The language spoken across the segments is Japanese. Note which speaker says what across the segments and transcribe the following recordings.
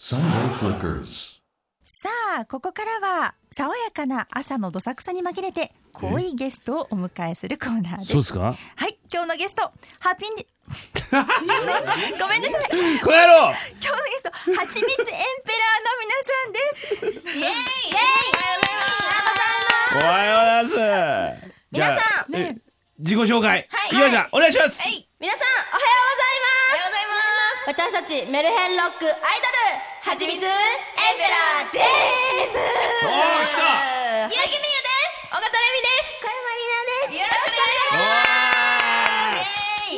Speaker 1: Sunday Flickers.
Speaker 2: さあここからは爽やかな朝のどさくさに紛れて濃いゲストをお迎えするコーナーです
Speaker 3: そうですか
Speaker 2: はい今日のゲストハピ ン ごめんなさい今日の
Speaker 3: この野郎
Speaker 2: ゲストはちみつエンペラーの皆さんですイエーイイエーイ
Speaker 3: おはようございます
Speaker 4: 皆さ
Speaker 3: じゃあ
Speaker 4: ん
Speaker 3: え自己紹介はい岩井さんお願いします
Speaker 4: はい、皆さんおはようございます。おはようございます。私たちメルヘンロックアイドルはちみつエンペラーです。
Speaker 3: おー来
Speaker 4: ゆうきみゆです。岡田レミです。小山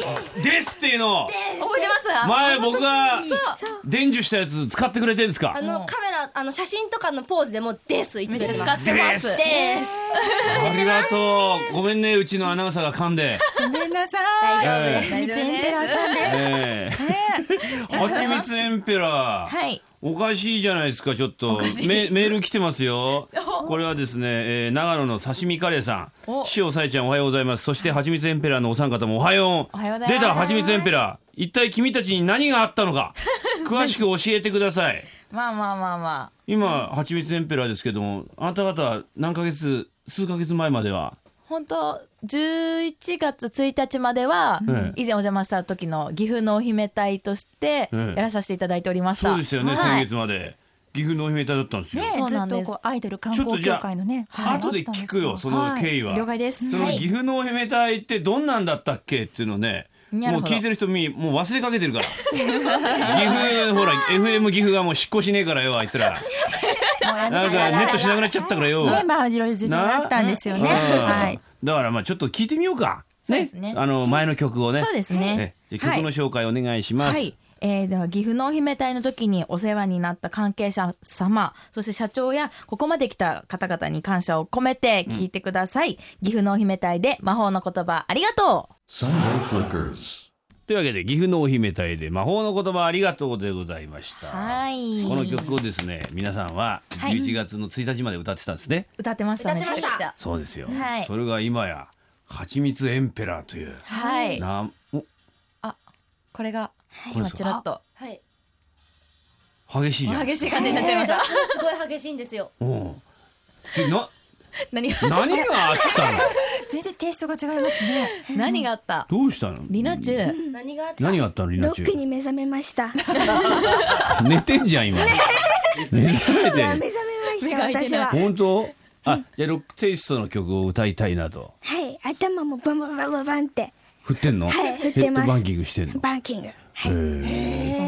Speaker 4: 里奈です。よ
Speaker 3: たですっていうのを
Speaker 4: ろしくお願いします。覚えてます。
Speaker 3: 前僕が伝授したやつ使ってくれてるんですか
Speaker 4: あのカメラあの写真とかのポーズでもうですいつも言ってます。
Speaker 3: てます
Speaker 4: です。
Speaker 3: ありがとうごめんねうちのアナウンサーが噛んで
Speaker 2: ごめんなさい
Speaker 3: は
Speaker 2: はちみつエンペラーさんです
Speaker 3: ええはちみつエンペラー
Speaker 4: はい。
Speaker 3: おかしいじゃないですかちょっとメメール来てますよこれはですね、えー長野の刺身カレーさん塩さえちゃんおはようございますそしてはちみつエンペラーのお三方もおはよう
Speaker 2: おはようござい
Speaker 3: 出
Speaker 2: ます
Speaker 3: たはちみつエンペラー一体君たちに何があったの か詳しく教えてください
Speaker 2: まあまあまあまあ
Speaker 3: 今はちみつエンペラーですけどもあなた方何ヶ月数ヶ月前までは
Speaker 5: 本当11月1日までは、
Speaker 3: ええ
Speaker 5: 以前お邪魔した時の岐阜のお姫隊として
Speaker 3: ええ
Speaker 5: やらさせていただいておりました、
Speaker 3: そうですよね、
Speaker 5: はい
Speaker 3: 先月まで岐阜のお姫隊だったんですよ、
Speaker 2: ね
Speaker 5: そう
Speaker 2: ず
Speaker 5: な
Speaker 2: っ
Speaker 5: んで
Speaker 2: と
Speaker 5: す
Speaker 2: こうアイドル観
Speaker 3: ちょっと
Speaker 2: 光
Speaker 3: じゃ
Speaker 2: 協
Speaker 3: あ
Speaker 2: 会のね
Speaker 3: 後で聞くよその経緯は、
Speaker 5: 了解です
Speaker 3: その岐阜のお姫隊ってどんなんだったっけっていうのね、
Speaker 5: なる
Speaker 3: も
Speaker 5: ほ
Speaker 3: う
Speaker 5: ど
Speaker 3: 聞いてる人みもう忘れかけてるから 岐阜ほら FM 岐阜がもう執行しねえからよあいつらなんかネットしなくなっちゃったからよ、
Speaker 2: ねまあいろいろ事情があったんですよね
Speaker 3: うん
Speaker 2: はい
Speaker 3: だからまあちょっと聞いてみようか
Speaker 5: そうですね
Speaker 3: あの前の曲をね
Speaker 5: そうですね
Speaker 3: えじゃあ曲の紹介お願いします、
Speaker 5: はい、えーでは岐阜のお姫隊の時にお世話になった関係者様そして社長やここまで来た方々に感謝を込めて聞いてください、岐阜のお姫隊で魔法の言葉ありがと
Speaker 1: Sunday Flickers.
Speaker 3: というわけで岐阜のお姫隊で魔法の言葉ありがとうでございました
Speaker 5: うはい
Speaker 3: この曲をですね皆さんは11月の1日まで歌ってたんですね、
Speaker 5: 歌ってましたね
Speaker 4: 歌ってました
Speaker 3: そうですよ、
Speaker 5: はい
Speaker 3: それが今や蜂蜜エンペラーという
Speaker 5: はい
Speaker 3: なお
Speaker 5: これが
Speaker 3: これで
Speaker 5: 今
Speaker 3: す
Speaker 5: ち
Speaker 3: から
Speaker 5: っと
Speaker 4: はい。
Speaker 3: 激しいじゃん
Speaker 5: 激しい感じになっちゃいました
Speaker 4: すごい激しいんですよ。
Speaker 3: おうでな
Speaker 5: 何が
Speaker 3: 何があ ったの
Speaker 2: 全然テイストが違いますね
Speaker 5: 何があった
Speaker 3: どうしたの
Speaker 5: リナチュウ
Speaker 4: 何があった？
Speaker 3: 何があったのり
Speaker 6: ロ
Speaker 3: なち
Speaker 6: ッ
Speaker 3: ゅ
Speaker 6: クに目覚めました。
Speaker 3: 寝てんじゃ ん今寝ら
Speaker 6: 目覚
Speaker 3: れて
Speaker 6: め
Speaker 3: る
Speaker 6: まし
Speaker 5: 目
Speaker 6: た
Speaker 5: が開いて
Speaker 6: 私
Speaker 5: ない
Speaker 6: は。
Speaker 3: 本当あじゃあロックテイストの曲を歌いたいなと
Speaker 6: はい、頭もバンバンバンバンバンって
Speaker 3: 振ってんの、
Speaker 6: はい振
Speaker 3: ヘ
Speaker 6: って
Speaker 3: ッ
Speaker 6: ます
Speaker 3: ドバンキングしてんの
Speaker 6: バンキング。はい、
Speaker 3: へ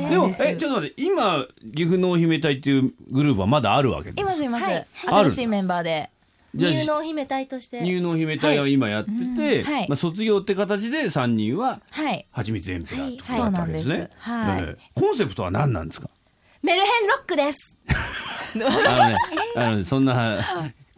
Speaker 3: えでもえちょっと待って今岐阜のお姫隊っていうグループはまだあるわけです
Speaker 5: いますいます、
Speaker 4: はい
Speaker 3: ある
Speaker 5: 新しいメンバーで
Speaker 3: じゃあ
Speaker 4: 入能姫隊として。
Speaker 3: 入能姫隊は今やってて、
Speaker 5: はい
Speaker 3: まあ、卒業って形で3人は
Speaker 5: はい
Speaker 3: はちみつエンペラーってこと
Speaker 5: はい
Speaker 3: だったわけですね、
Speaker 5: そうなんですはい
Speaker 3: ええコンセプトは何なん ですか
Speaker 4: メルヘンロックです。
Speaker 3: あのねあのそん な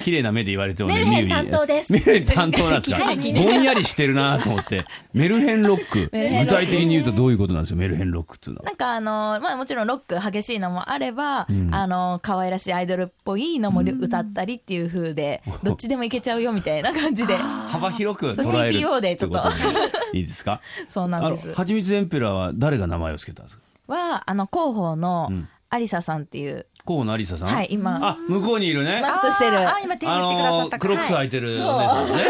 Speaker 3: 綺麗な目で言われてもね
Speaker 4: メルヘン
Speaker 3: 耳
Speaker 4: 担当です
Speaker 3: メルヘン担当なんで すか
Speaker 5: 聞いてない聞いて
Speaker 3: ぼんやりしてるなと思ってメルヘンロック
Speaker 5: メルヘ
Speaker 3: 具
Speaker 5: ンロック
Speaker 3: 体的に言うとどういうことなんですよメルヘンロックっていうのは
Speaker 5: なんかあのまあもちろんロック激しいのもあれば、あの可愛らしいアイドルっぽいのも歌ったりっていう風で、どっちでもいけちゃうよみたいな 感じで
Speaker 3: 幅広く捉える
Speaker 5: TPO でちょっと
Speaker 3: てことでいいですか
Speaker 5: そう
Speaker 3: あ
Speaker 5: なん
Speaker 3: の
Speaker 5: です
Speaker 3: はちみつエンペラーは誰が名前を付けたんですか
Speaker 5: はあの広報の
Speaker 3: ん
Speaker 5: アリサさんっていう、
Speaker 3: 河野有沙さん、
Speaker 5: はい今
Speaker 3: あ向こうにいるね
Speaker 5: マスクしてる
Speaker 2: あー今手を
Speaker 3: あ
Speaker 2: 振ってくださっ
Speaker 3: の
Speaker 2: た
Speaker 3: ー、クロックス
Speaker 2: はい
Speaker 3: 履いてるお姉さんで すね。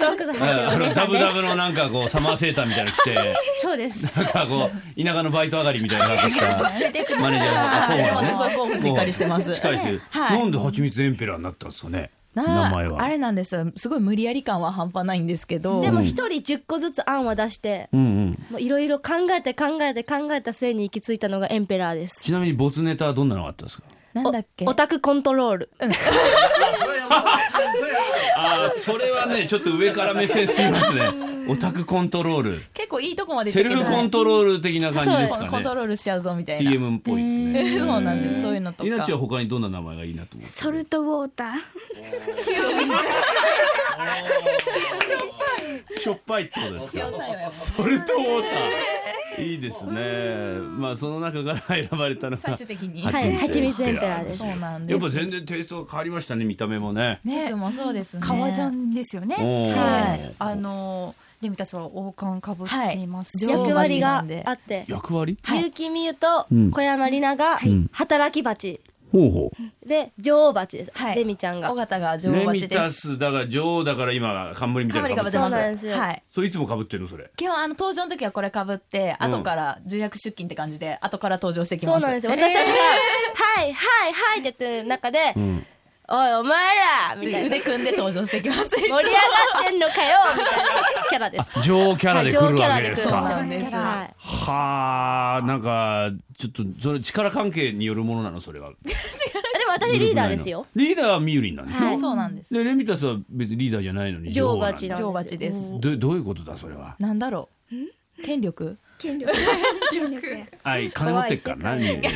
Speaker 4: ロックス
Speaker 3: え
Speaker 4: 入
Speaker 3: ー
Speaker 4: ってる
Speaker 3: あの
Speaker 4: お姉
Speaker 3: ダ
Speaker 4: さん
Speaker 3: ブ
Speaker 4: です
Speaker 3: ダ。ブのなんかこうサマーセーターみたいなの着て、
Speaker 4: そうです。
Speaker 3: なんかこう田舎のバイト上がりみたいな格好したマネージャーのあ
Speaker 5: あ
Speaker 3: こう
Speaker 5: でも
Speaker 3: はね
Speaker 5: すごい候補しっかりしてます
Speaker 3: しっかりしてる。
Speaker 5: はい
Speaker 3: なんで蜂蜜エンペラーになったんですかね。
Speaker 5: な
Speaker 3: 名前は。
Speaker 5: あれなんですよすごい無理やり感は半端ないんですけど
Speaker 4: でも一人10個ずつ案は出して、
Speaker 3: うんうん。
Speaker 4: もういろいろ考えて考えて考えた末に行き着いたのがエンペラーです。
Speaker 3: ちなみに没ネタはどんなのがあったんですか。
Speaker 5: なんだっけ
Speaker 4: オタクコントロール。
Speaker 3: ああそれはねちょっと上から目線すぎますね。オタクコントロール、
Speaker 5: 結構いいとこまで
Speaker 3: セルフコントロール的な感じです
Speaker 5: そうコ
Speaker 3: か
Speaker 5: ント
Speaker 3: ね。
Speaker 5: ロールしちゃうぞみたいな
Speaker 3: T.M. っぽいですね。
Speaker 5: そうなんですそういうのとか
Speaker 3: 稲地は他にどんな名前がいいなと思う。
Speaker 6: ソルトウォ ーター。
Speaker 3: しょっぱいってことですかソルトウォーターいいですねまあその中から選ばれたのが
Speaker 5: 最終的 に
Speaker 4: はい
Speaker 3: 蜂蜜
Speaker 4: 蜂蜜エンペラーです
Speaker 5: そうなんです
Speaker 3: やっぱ全然テイストが変わりましたね見た目もね
Speaker 2: ね
Speaker 5: 僕もそうですね
Speaker 2: 革ジャンですよね
Speaker 3: おー
Speaker 2: はいあのーレミタスは王冠かぶっ
Speaker 5: は
Speaker 2: て
Speaker 5: い
Speaker 2: います。
Speaker 5: 女王
Speaker 4: 役割
Speaker 5: な
Speaker 4: が
Speaker 5: んで
Speaker 4: あって
Speaker 3: 役割
Speaker 4: 結城美優と
Speaker 3: うん
Speaker 4: 小山里奈が
Speaker 3: ん
Speaker 4: 働き蜂
Speaker 3: ほうほ
Speaker 4: で女王蜂です、
Speaker 5: はい
Speaker 4: レミちゃんが
Speaker 5: 尾形が女
Speaker 3: う。レ
Speaker 5: 王バチ
Speaker 3: ミ
Speaker 5: で
Speaker 3: タ
Speaker 5: す。
Speaker 3: スだから女王だから今冠みたいな
Speaker 5: 冠
Speaker 3: の
Speaker 5: かぶ
Speaker 3: 被って
Speaker 5: って
Speaker 3: ま
Speaker 5: ますす。
Speaker 4: そうなんですよ
Speaker 5: はい。
Speaker 3: それいつも被ってるのそれ。
Speaker 5: 基本あの登場の時はこれかぶって、
Speaker 3: うん
Speaker 5: 後から重役出勤って感じで後から登場してき
Speaker 4: そ
Speaker 5: ま
Speaker 4: う
Speaker 5: す。
Speaker 4: なんですよ私たちが「はいはいはい」って言ってる中で「
Speaker 3: ん
Speaker 4: おいお前ら」みた
Speaker 5: で
Speaker 4: いな
Speaker 5: 腕組んで登場してきます。
Speaker 4: 「盛り上がってんのかよ」みたいなキャ ラです。
Speaker 3: 女王キャラで来
Speaker 4: は
Speaker 3: る
Speaker 4: い上キ
Speaker 3: わ
Speaker 4: ャラ
Speaker 3: けで
Speaker 4: 来
Speaker 3: す
Speaker 4: る
Speaker 5: そう
Speaker 3: か。
Speaker 5: なんです
Speaker 4: はい
Speaker 3: はあ、なんかちょっとそれ力関係によるものなのそれは。
Speaker 4: でも私 リーダーですよ。
Speaker 3: リーダーはミユリンなんでしょ。
Speaker 4: はい
Speaker 5: そうなんです。
Speaker 3: でレミタスは別にリーダーじゃないのに
Speaker 4: 女
Speaker 3: 女
Speaker 4: 王
Speaker 3: 王なん
Speaker 4: 蜂
Speaker 3: だ
Speaker 4: なん
Speaker 5: 女王バ
Speaker 4: です
Speaker 5: チ
Speaker 4: よ。
Speaker 5: です。
Speaker 3: どどういうことだそれは。
Speaker 5: なんだろう。権力。
Speaker 6: 権力権 力や
Speaker 3: はい金持ってっからなミユリン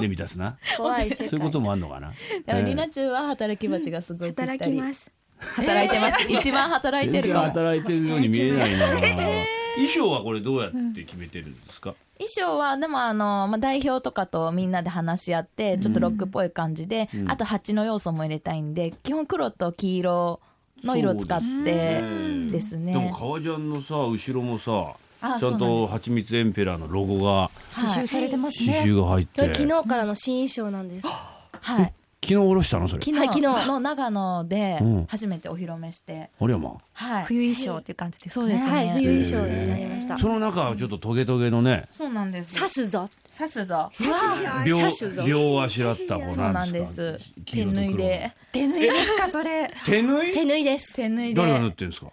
Speaker 3: レミタスな。
Speaker 4: 怖い世界。
Speaker 3: そういうこともあんのかな。
Speaker 5: でも
Speaker 3: ええ
Speaker 5: リナ中は働き蜂がすごいぴったり。
Speaker 6: 働きます
Speaker 5: 働いてます。一番働いて
Speaker 3: 全
Speaker 5: る
Speaker 3: 然
Speaker 5: かも。
Speaker 3: 働いてるように見えないな。衣装はこれどうやって決めてるんですか。
Speaker 5: 衣装はでもあの、まあ、代表とかとみんなで話し合ってちょっとロックっぽい感じで、あと蜂の要素も入れたいんで基本黒と黄色の色を使ってですね
Speaker 3: でも革ジャンのさ後ろもさ
Speaker 5: あ
Speaker 3: ちゃん
Speaker 5: そうなん
Speaker 3: と「蜂蜜エンペラー」のロゴが
Speaker 2: 刺繍されてます
Speaker 3: 刺
Speaker 2: ね。
Speaker 3: 繍が入って、
Speaker 4: これ昨日からの新衣装なんです。
Speaker 5: はい
Speaker 3: 昨日おろしたのそれ
Speaker 5: 昨日,、
Speaker 4: はい昨日
Speaker 5: の長野で
Speaker 3: うん
Speaker 5: 初めてお披露目して、
Speaker 3: あれやま
Speaker 5: はい
Speaker 2: 冬衣装っていう感じですか
Speaker 5: そうです
Speaker 2: ね。
Speaker 4: はい、
Speaker 5: ね
Speaker 4: 冬衣装になりました。
Speaker 3: その中はちょっとトゲトゲのね
Speaker 5: そうなんです
Speaker 4: 刺すぞ。
Speaker 5: 刺すぞ
Speaker 3: 両
Speaker 4: 車種ぞ
Speaker 3: 両あしらったこう
Speaker 5: そう
Speaker 3: な
Speaker 5: なんん
Speaker 3: で
Speaker 5: ですす
Speaker 3: か黄
Speaker 5: 手
Speaker 3: 色と黒
Speaker 5: 縫
Speaker 3: の
Speaker 5: いで
Speaker 2: 手縫いですかそれ。
Speaker 3: 手縫い
Speaker 4: 手縫いです。
Speaker 5: 手縫いで
Speaker 3: 誰が縫ってんですか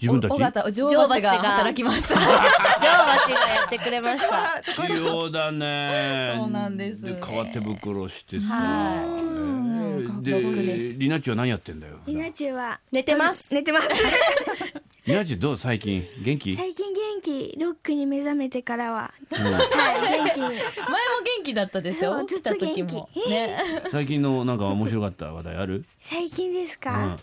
Speaker 3: 自分た
Speaker 5: お尾
Speaker 3: ち
Speaker 5: 形女王蜂が働き ました
Speaker 4: 女王蜂がやってくれました。
Speaker 3: 器用だね
Speaker 5: そうなんです
Speaker 3: 革手袋して
Speaker 5: は
Speaker 3: さ
Speaker 5: い
Speaker 3: えー
Speaker 5: かっこよくで
Speaker 3: でリナッチは何やってんだよ
Speaker 6: りなちゅうは
Speaker 4: 寝てます。
Speaker 6: 寝てます
Speaker 3: リナッチどう最近元気
Speaker 6: 最近元気ロックに目覚めてからは、はい元気 に
Speaker 5: 前も元気だったでし
Speaker 6: そ
Speaker 5: ょ
Speaker 6: うず
Speaker 5: 来
Speaker 6: っと
Speaker 5: た
Speaker 6: 元気
Speaker 5: 時もね
Speaker 3: 最近のなんか面白かった話題ある
Speaker 6: 最近です
Speaker 3: う
Speaker 6: か
Speaker 3: ん、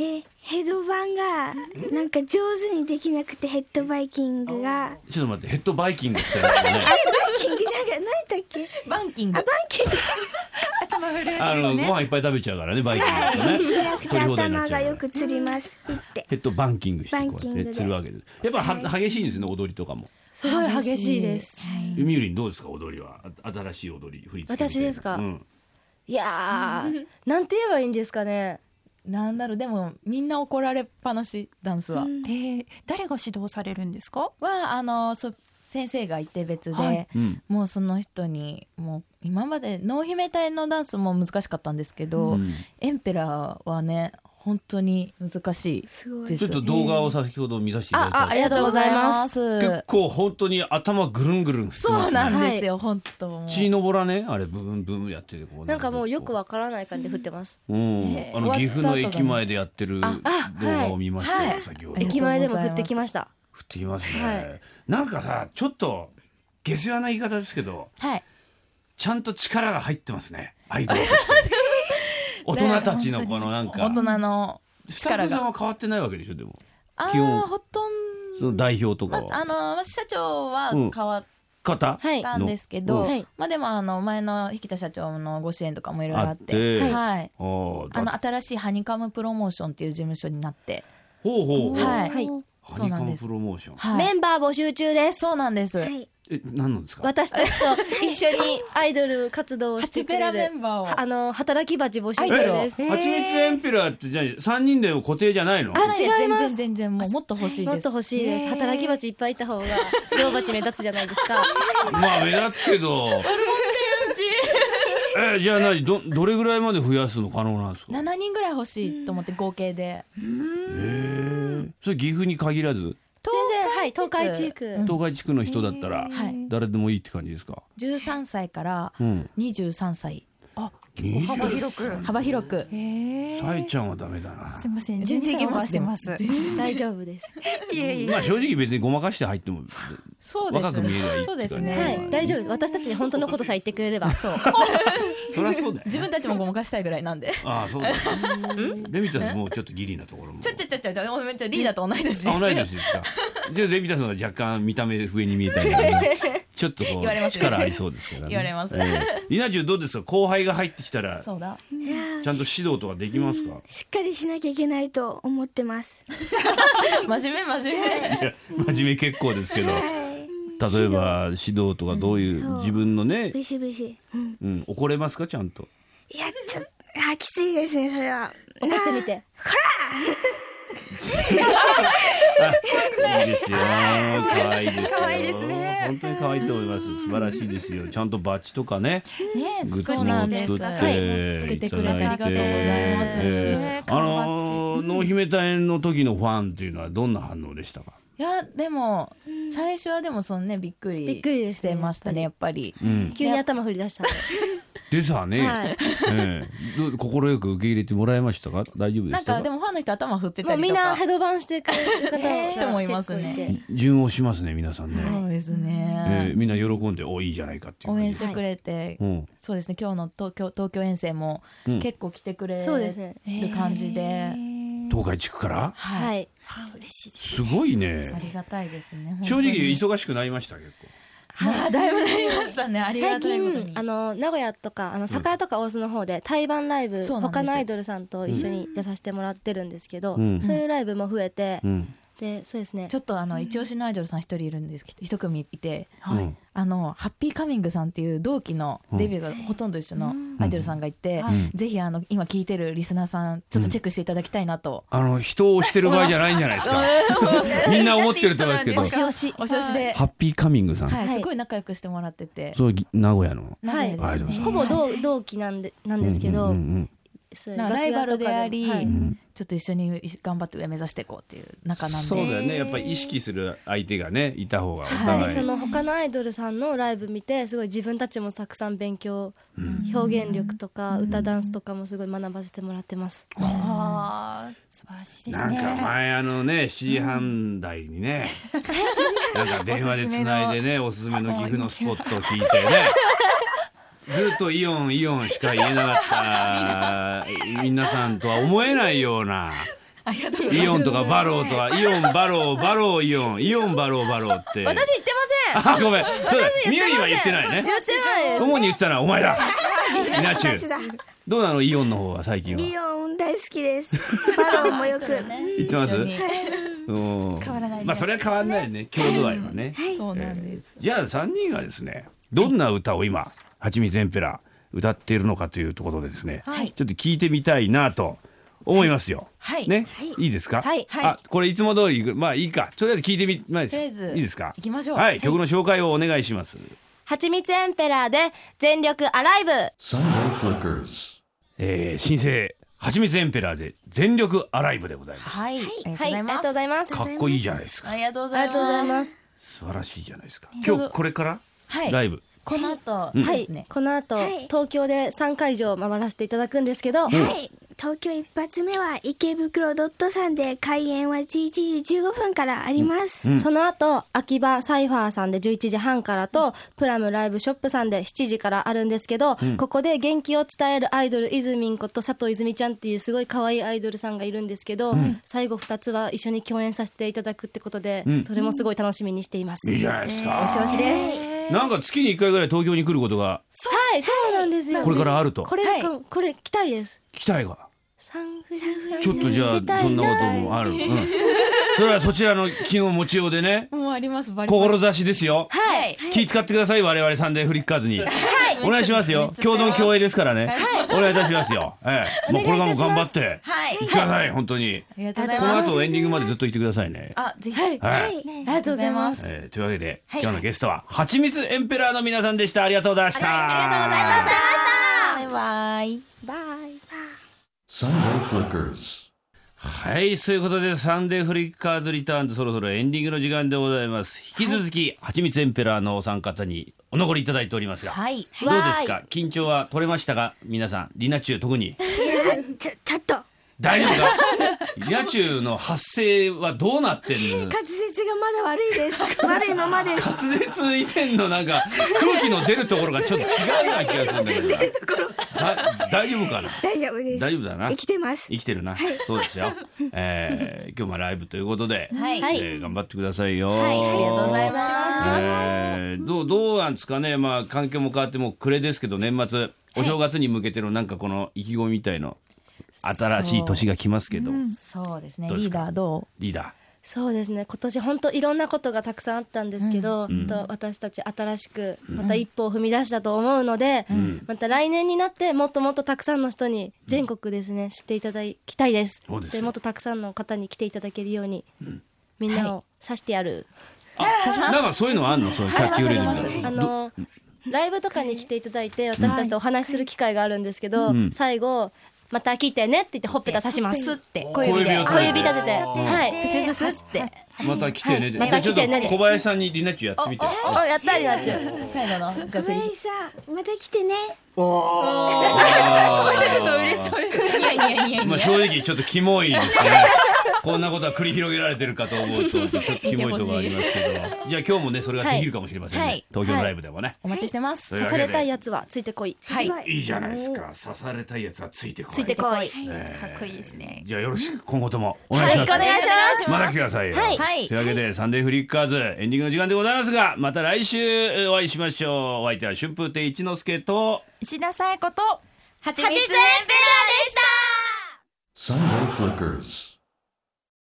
Speaker 6: えヘドバンがなんか上手にできなくてヘッドバイキングが
Speaker 3: ちょっと待ってヘッドバイキングしてるよね
Speaker 6: バイキングなんか何だっけ
Speaker 5: バンキング
Speaker 6: バンキング
Speaker 3: あのご飯いっぱい食べちゃうからねバイキング とね
Speaker 6: 開くと
Speaker 3: 取り放題になっ
Speaker 6: 頭
Speaker 3: ちゃうか
Speaker 6: がよ
Speaker 3: ら
Speaker 6: くつりますって
Speaker 3: ヘッドバンキングしてこうや
Speaker 6: バンキ
Speaker 3: っ
Speaker 6: ン
Speaker 3: て
Speaker 6: グです
Speaker 3: るわけですやっぱは激しいんですね踊りとかも
Speaker 4: すごい激しい です。
Speaker 3: みゆりんどうですか踊りはあ新しい踊り振り付けみたいな
Speaker 4: 私ですか
Speaker 3: うん
Speaker 4: いやー、なんて言えばいいんですか ね。
Speaker 5: なんだろうでもみんな怒られっぱなしダンスは、
Speaker 2: えー誰が指導されるんですか。
Speaker 5: はあのそ先生がいて別で、
Speaker 2: はい
Speaker 3: うん
Speaker 5: もうその人にもう今まで濃姫隊のダンスも難しかったんですけど、
Speaker 3: うん
Speaker 5: エンペラーはね本当に難し
Speaker 6: すご
Speaker 5: い
Speaker 6: い
Speaker 5: です
Speaker 3: ちょっと動画を先ほど見させていただいた
Speaker 5: あ
Speaker 3: ん
Speaker 5: あ
Speaker 3: で
Speaker 5: りがとうございます
Speaker 3: すけど結構本当に頭ぐるんぐるん振ってますね
Speaker 5: そうなんですよ、本当もう
Speaker 3: 血のぼらねあれブンブンやっててこう
Speaker 4: なんかもうよく
Speaker 3: は
Speaker 4: わからない感じで振ってます。
Speaker 3: うん
Speaker 5: えー
Speaker 3: あの岐阜の
Speaker 5: 終わった後がね
Speaker 3: 駅前でやってる動
Speaker 4: ああ
Speaker 3: 画を見ました
Speaker 4: は
Speaker 3: よ
Speaker 4: い
Speaker 3: 先ほ
Speaker 5: あり
Speaker 3: ど
Speaker 5: がとうございます
Speaker 4: 駅前でも振ってきました。
Speaker 3: 降ってきますね、
Speaker 4: はい
Speaker 3: なんかさちょっと下世話な言い方ですけど
Speaker 5: はい
Speaker 3: ちゃんと力が入ってます ねアイドルとして大人たちのこのなんか
Speaker 5: 大人の
Speaker 3: スタッ
Speaker 5: 力
Speaker 3: フさん
Speaker 5: が
Speaker 3: は変わってないわけでしょでも
Speaker 5: あ
Speaker 3: 基本
Speaker 5: あほとん
Speaker 3: その代表とか
Speaker 5: まあ
Speaker 3: は
Speaker 5: の社長は
Speaker 3: うん
Speaker 5: 変わっ
Speaker 3: 方、
Speaker 4: はい
Speaker 5: たんですけど、
Speaker 3: うん
Speaker 4: はい
Speaker 5: まあでもあの前の引田社長のご支援とかもいろいろあっ
Speaker 3: あって
Speaker 5: て、はい、
Speaker 3: あー
Speaker 5: あの
Speaker 3: だ
Speaker 5: 新しいハニカムプロモーションっていう事務所になって、
Speaker 3: ほうほうほう、
Speaker 5: はい
Speaker 4: はい。
Speaker 3: ハニカムプロモーション
Speaker 5: はい
Speaker 4: メンバー募集中です。
Speaker 5: そうなんです。
Speaker 6: はい
Speaker 3: え何なんですか
Speaker 4: 私たちと一緒にアイドル活動を
Speaker 5: ハ
Speaker 4: して
Speaker 5: チ
Speaker 4: くれ
Speaker 5: ペ
Speaker 4: る。
Speaker 5: ラメンバー
Speaker 4: あ
Speaker 5: を。
Speaker 4: の働き蜂募集
Speaker 5: アイド
Speaker 4: 中
Speaker 5: ルを
Speaker 4: です。
Speaker 3: 蜂蜜エンペラーってじゃあ3人での固定じゃないの
Speaker 4: あ違います
Speaker 5: 全然全然もうもっと欲しい
Speaker 4: もっ
Speaker 5: で
Speaker 4: と
Speaker 5: す。
Speaker 4: 欲しいです。
Speaker 2: へー
Speaker 4: 働き蜂いっぱいいた 方が、女王蜂目立つじゃないですか。
Speaker 3: まあ目立つけど。えじゃあ何どどれぐらいまで増やすの可能なんですか。
Speaker 5: 7人ぐらい欲しいと思って合計で。
Speaker 3: それ岐阜に限らず
Speaker 4: 全然、はい、東海地区。
Speaker 3: 東海地区の人だったら
Speaker 5: はい
Speaker 3: 誰でもいいって感じですか。
Speaker 5: 13歳から
Speaker 3: うん。
Speaker 5: 23歳。
Speaker 3: 二
Speaker 2: 幅
Speaker 3: 十。
Speaker 2: 広く。
Speaker 5: 幅広く。
Speaker 2: えー
Speaker 3: さえちゃんはダメだな
Speaker 2: す。みません。全
Speaker 5: 全然
Speaker 2: 然
Speaker 5: いけ
Speaker 2: オーバ
Speaker 5: ま
Speaker 2: ー
Speaker 5: す
Speaker 2: してます。
Speaker 4: 大丈夫です。
Speaker 2: いえいえ。
Speaker 3: まあ正直別にごまかして入っても
Speaker 5: そうです。
Speaker 3: 若く見えりゃいいって感じ。
Speaker 5: そうです
Speaker 4: は
Speaker 5: ね。
Speaker 4: い、大丈夫です。私たちに本当のことさえ言ってくれれば。
Speaker 5: そう。
Speaker 3: そりゃそうだよ。
Speaker 5: 自分たちもごまかしたいぐらいなんで。
Speaker 3: ああそうだ。レミタスもうちょっとギリなところも。
Speaker 5: ちょちょちょちょちょ、めっちゃリーダーと同い年です。
Speaker 3: あ同い年ですか。じゃあレミタスの方が若干見た目上に見えたり、ね、ちょっとこ
Speaker 5: 言われ
Speaker 3: う
Speaker 5: ますね
Speaker 3: 力ありそうですからね。
Speaker 5: 言われます
Speaker 3: ええりなちゅうどうですか後輩が入ってきたらちゃん
Speaker 5: そうだ
Speaker 6: いやー
Speaker 3: と指導とかできますか。
Speaker 6: しっかりしなきゃいけないと思ってます。
Speaker 5: 真面目真面目
Speaker 3: いや真面目結構ですけ ど。
Speaker 6: はい。
Speaker 3: 例えば指導とかどういう
Speaker 6: うん
Speaker 3: 自分のね、
Speaker 6: ビシビシ。うん。
Speaker 3: うん、怒れますかちゃ んと。
Speaker 6: いや、ちょっと、あ、きついですね、それは。
Speaker 4: 怒ってみて
Speaker 3: いい ですよ。可愛いですよ。
Speaker 2: 可愛いですね
Speaker 3: 本当に可愛いと思います。素晴らしいですよ。ちゃんとバッジとかね、
Speaker 2: ね
Speaker 3: グッズ
Speaker 2: 作
Speaker 3: も
Speaker 2: り
Speaker 5: な
Speaker 2: た
Speaker 5: ん
Speaker 2: い
Speaker 5: で
Speaker 3: 作っ
Speaker 5: す
Speaker 3: ていただいて、
Speaker 5: はい作ってくれてありがとうございます
Speaker 3: え
Speaker 2: ね
Speaker 3: ーあのー濃姫隊の時のファンっていうのはどんな反応でしたか。
Speaker 5: いやでも最初はでもそのねびっくり
Speaker 4: びっくりです
Speaker 5: してましたねやっぱり
Speaker 3: うん、
Speaker 4: 急に頭振り出した
Speaker 3: でさね、
Speaker 4: はい
Speaker 3: ええど心よく受け入れてもらえましたか。大丈夫で
Speaker 5: なん
Speaker 3: した
Speaker 5: か
Speaker 3: か
Speaker 5: で。もファンの人頭振って
Speaker 4: も
Speaker 5: た
Speaker 4: う
Speaker 5: り
Speaker 4: み
Speaker 5: と
Speaker 4: んな
Speaker 5: か
Speaker 4: ヘドバンしてくれる方が
Speaker 5: 人もいますね
Speaker 4: 結構いて
Speaker 3: 順応しますね皆さんね。
Speaker 5: そうです
Speaker 3: ええ
Speaker 5: ね
Speaker 3: みんな喜んでおいいじゃないかっていう
Speaker 5: 応
Speaker 3: 感じ
Speaker 5: 援
Speaker 3: で
Speaker 5: してくれて
Speaker 3: うん、
Speaker 5: そうですね今日の東京東京遠征も
Speaker 3: うん
Speaker 5: 結構来てくれ
Speaker 4: そうですね
Speaker 5: る感じで
Speaker 3: 東海地区から
Speaker 5: は
Speaker 4: はいい
Speaker 3: すごい
Speaker 5: あ
Speaker 3: ね
Speaker 5: りがたいですね
Speaker 3: 正直忙しくなりました結構
Speaker 5: まあだいぶなりましたねありが
Speaker 4: 最
Speaker 5: たいことに
Speaker 4: 近あの名古屋とかあの栄とか大須の方で対バンライブ
Speaker 5: そうなんです
Speaker 4: 他のアイドルさんと一緒に出させてもらってるんですけど
Speaker 3: うん
Speaker 4: そういうライブも増えて
Speaker 3: うん、
Speaker 4: でそうですね
Speaker 5: ちょっとあの一押しのアイドルさん一人いるんですけど一組いて
Speaker 3: はい
Speaker 5: あのハッピーカミングさんっていう同期のデビューがほとんど一緒のアイドルさんがいて
Speaker 3: ん
Speaker 5: ぜひあの今聞いてるリスナーさんちょっとチェックしていただきたいなと
Speaker 3: あの人を押してる場合じゃないんじゃないですか みんな思ってると思いますけど
Speaker 5: なん
Speaker 3: ハ
Speaker 5: て
Speaker 4: 押し押し
Speaker 5: お調子で
Speaker 3: ッピーカミングさん、
Speaker 5: はい
Speaker 4: はい
Speaker 5: すごい仲良くしてもらってて
Speaker 3: そうぎ名古屋の
Speaker 5: なん
Speaker 3: はいアイ
Speaker 5: で
Speaker 3: ドルさ
Speaker 5: すね
Speaker 3: ん
Speaker 4: ほぼ同同期なんでなんですけ
Speaker 3: う
Speaker 4: ど
Speaker 3: んうん
Speaker 4: そう
Speaker 5: なんかライバルであり
Speaker 4: 楽屋とかでもはい
Speaker 5: ちょっと一緒に頑張って上目指していこうっていう仲なん
Speaker 3: そう
Speaker 5: で
Speaker 3: だよねやっぱり意識する相手がねいた方がお
Speaker 4: はい
Speaker 3: 互い、
Speaker 4: その他のアイドルさんのライブ見てすごい自分たちもたくさん勉強、表現力とか歌ダンスとかもすごい学ばせてもらってます、
Speaker 2: あー素晴らしいです
Speaker 3: なん
Speaker 2: ね
Speaker 3: か前あのね7時半台にね、なんか電話でつないでねおすすめの岐阜のスポットを聞いてねずっとイオンイオンしか言えなかった皆さんとは思えないような
Speaker 5: ありがとうございます
Speaker 3: イオンとかバローとかイオンバローバローイオンイオンバローバローって
Speaker 4: 私言ってません
Speaker 3: あごめんそうだみゆりは
Speaker 4: 私
Speaker 3: 言ってないね
Speaker 4: 言ってないです
Speaker 3: 主に言ってたのはお前だみなちゅう
Speaker 6: 私だ。
Speaker 3: どうなのイオンの方は最近は
Speaker 6: リオン大好きです。バロンもよく。
Speaker 3: 言ってます
Speaker 5: 一緒に
Speaker 3: うん
Speaker 2: 変わらない
Speaker 3: まあそれは変わらないね郷土愛はね
Speaker 5: そうなんです
Speaker 3: じゃあ3人がですねどんな歌を今「はちみつエンペラ」歌っているのかというところでですね、
Speaker 5: はい
Speaker 3: ちょっと聞いてみたいなと思いますよ。
Speaker 5: はい
Speaker 3: ね、い、いですか、
Speaker 4: はいはい
Speaker 3: あこれいつも通りまあいいかとりあえず聞いてみまあいい
Speaker 5: とりあ
Speaker 3: で
Speaker 5: え
Speaker 3: す
Speaker 5: ず
Speaker 3: いいですか
Speaker 5: 行きましょう
Speaker 3: は、
Speaker 5: はいい
Speaker 3: 曲の紹介をお願いします、
Speaker 4: はちみつエンペラーで全力アライブ
Speaker 1: Sunday Flickers.
Speaker 3: えー、新生はちみつエンペラーで全力アライブでございます、
Speaker 5: はいあ
Speaker 4: はいあ
Speaker 5: り
Speaker 4: り
Speaker 5: が
Speaker 4: が
Speaker 5: と
Speaker 4: とうご
Speaker 5: うござ
Speaker 4: ざ
Speaker 5: い
Speaker 4: い
Speaker 5: ま
Speaker 4: ます
Speaker 3: かっこいいじゃないです
Speaker 5: す
Speaker 3: か
Speaker 5: ありがとうご
Speaker 4: ありがとうございます
Speaker 3: 素晴らしいじゃないですか
Speaker 5: ちょう
Speaker 3: 今
Speaker 5: ど
Speaker 3: 日これから、
Speaker 5: はい
Speaker 3: ライブ
Speaker 5: この後
Speaker 3: うん
Speaker 5: そう
Speaker 4: は
Speaker 5: で
Speaker 4: い、
Speaker 5: すね
Speaker 4: この後、
Speaker 6: はい
Speaker 4: 東京で3会場回らせていただくんですけど、
Speaker 6: はい。東京一発目は池袋ドットさんで開演は11時15分からあります。
Speaker 4: その後秋葉サイファーさんで11時半からと、プラムライブショップさんで7時からあるんですけど、ここで元気を伝えるアイドルいずみんこと佐藤泉ちゃんっていうすごい可愛いアイドルさんがいるんですけど、最後2つは一緒に共演させていただくってことで、それもすごい楽しみにしています、
Speaker 3: いいじゃ
Speaker 4: は
Speaker 3: ないですか、
Speaker 5: お調子です
Speaker 3: なんか月に1回ぐらい東京に来ることが
Speaker 4: いそうなんですよ
Speaker 3: これからあると
Speaker 4: これ,、
Speaker 5: はい
Speaker 4: これ来たいです
Speaker 3: 期待が
Speaker 4: 産婦人科
Speaker 3: ちょっとじゃあ
Speaker 4: 出たいな
Speaker 3: そんなこともある、うん、それはそちらの気の持ちようでね
Speaker 5: もうありますバリバリ
Speaker 3: 志ですよ
Speaker 5: はい
Speaker 3: 気使ってください我々サンデーフリッカーズに、お願いしますよ共存共栄ですからね、お願いいたしますよ、ええまあ、これからも頑張って
Speaker 5: はい
Speaker 3: いってください本当に
Speaker 5: ありがとうござい
Speaker 3: この
Speaker 5: ます
Speaker 3: 後エンディングまでずっといてくださいね、
Speaker 5: あぜひ
Speaker 4: はい
Speaker 3: はい
Speaker 6: ね
Speaker 4: ありがとうございます
Speaker 3: えーというわけで、今日のゲストははちみつエンペラーの皆さんでしたありがとうございました、
Speaker 5: バイバイ
Speaker 6: バイ。
Speaker 1: Sunday Flickers.
Speaker 3: はい、そういうことで、サンデーフリッカーズリターンズ、そろそろエンディングの時間でございます。引き続き、はちみつエンペラーのお三方にお残りいただいておりますが、
Speaker 5: はい
Speaker 3: どうですか緊張は取れましたか皆さん、リナチュー特に。
Speaker 6: ちょ、ちょっと。
Speaker 3: 大丈夫か リナチューの発声はどうなってんの
Speaker 6: 滑舌がまだ悪いです。 悪いままです。
Speaker 3: 滑舌以前のなんか、空気の出るところがちょっと違うような気がするんだけどな。だ大丈夫かな
Speaker 6: 大丈夫です。
Speaker 3: 大丈夫だな。
Speaker 6: 生きてます。
Speaker 3: 生きてるな。そうですよ。えー、今日もライブということで、
Speaker 5: はい
Speaker 3: えー頑張ってくださいよ。
Speaker 5: はいありがとうございます
Speaker 2: ます。
Speaker 3: えーどうどうなんですかね、まあ、環境も変わってもう暮れですけど年末お正月に向けてのなんかこの意気込みみたいの新しい年が来ますけど、
Speaker 5: そうですね
Speaker 3: どうで
Speaker 5: リ
Speaker 3: す
Speaker 5: ー
Speaker 3: か
Speaker 5: ダーど
Speaker 3: リーダ
Speaker 4: そうですね今年本当いろんなことがたくさんあったんですけど、本当私たち新しくまた一歩を踏み出したと思うので、また来年になってもっともっとたくさんの人に全国ですね、知っていただきたいです
Speaker 3: そうですよ
Speaker 4: もっとたくさんの方に来ていただけるように、みんなを指してやる、
Speaker 3: ーなんかそういうのあんのそういう卓球レジみたい
Speaker 4: あ
Speaker 3: な
Speaker 4: のライブとかに来ていただいて私たちとお話しする機会があるんですけど、
Speaker 3: ん
Speaker 4: 最後「また来てね」って言ってほっぺた刺しま
Speaker 5: う
Speaker 4: す
Speaker 5: スって
Speaker 3: 小指で
Speaker 4: 小指立てて、はい、
Speaker 5: ブスブスって
Speaker 3: また来てね、
Speaker 4: また
Speaker 3: じゃ
Speaker 4: 来
Speaker 3: あち
Speaker 4: て
Speaker 3: ょっ
Speaker 4: ね
Speaker 3: と小林さんにリナッチやってみて
Speaker 5: おやったりなっちゃう最後のじゃあセリフ
Speaker 6: 林さん、また来てね。
Speaker 3: あー
Speaker 5: いやいやいや
Speaker 3: まあ、正直ちょっとキモいですねこんなことは繰り広げられてるかと思うとちょっとキモいところありますけどじゃあ今日もねそれができるかもしれませんね、
Speaker 5: はい
Speaker 3: 東京のライブでもね、
Speaker 5: お待ちしてます
Speaker 3: はい
Speaker 4: 刺されたいやつはついてこい。
Speaker 5: はい
Speaker 6: すご
Speaker 3: い、いじゃないですか刺されたいやつはついてこい
Speaker 4: ついてこい。よ
Speaker 2: かっこいいですね。
Speaker 3: じゃあよろしく今後ともお願いしま
Speaker 4: ろしくお
Speaker 3: す
Speaker 4: 願いします。
Speaker 3: また来てくださいよ、
Speaker 4: はい
Speaker 5: はい
Speaker 3: というわけで「サンデーフリッカーズ」エンディングの時間でございますがまた来週えーお会いしましょうお相手は春風亭一之輔と
Speaker 2: 石田紗友子と
Speaker 5: はちみつ
Speaker 1: Sunday Flickers.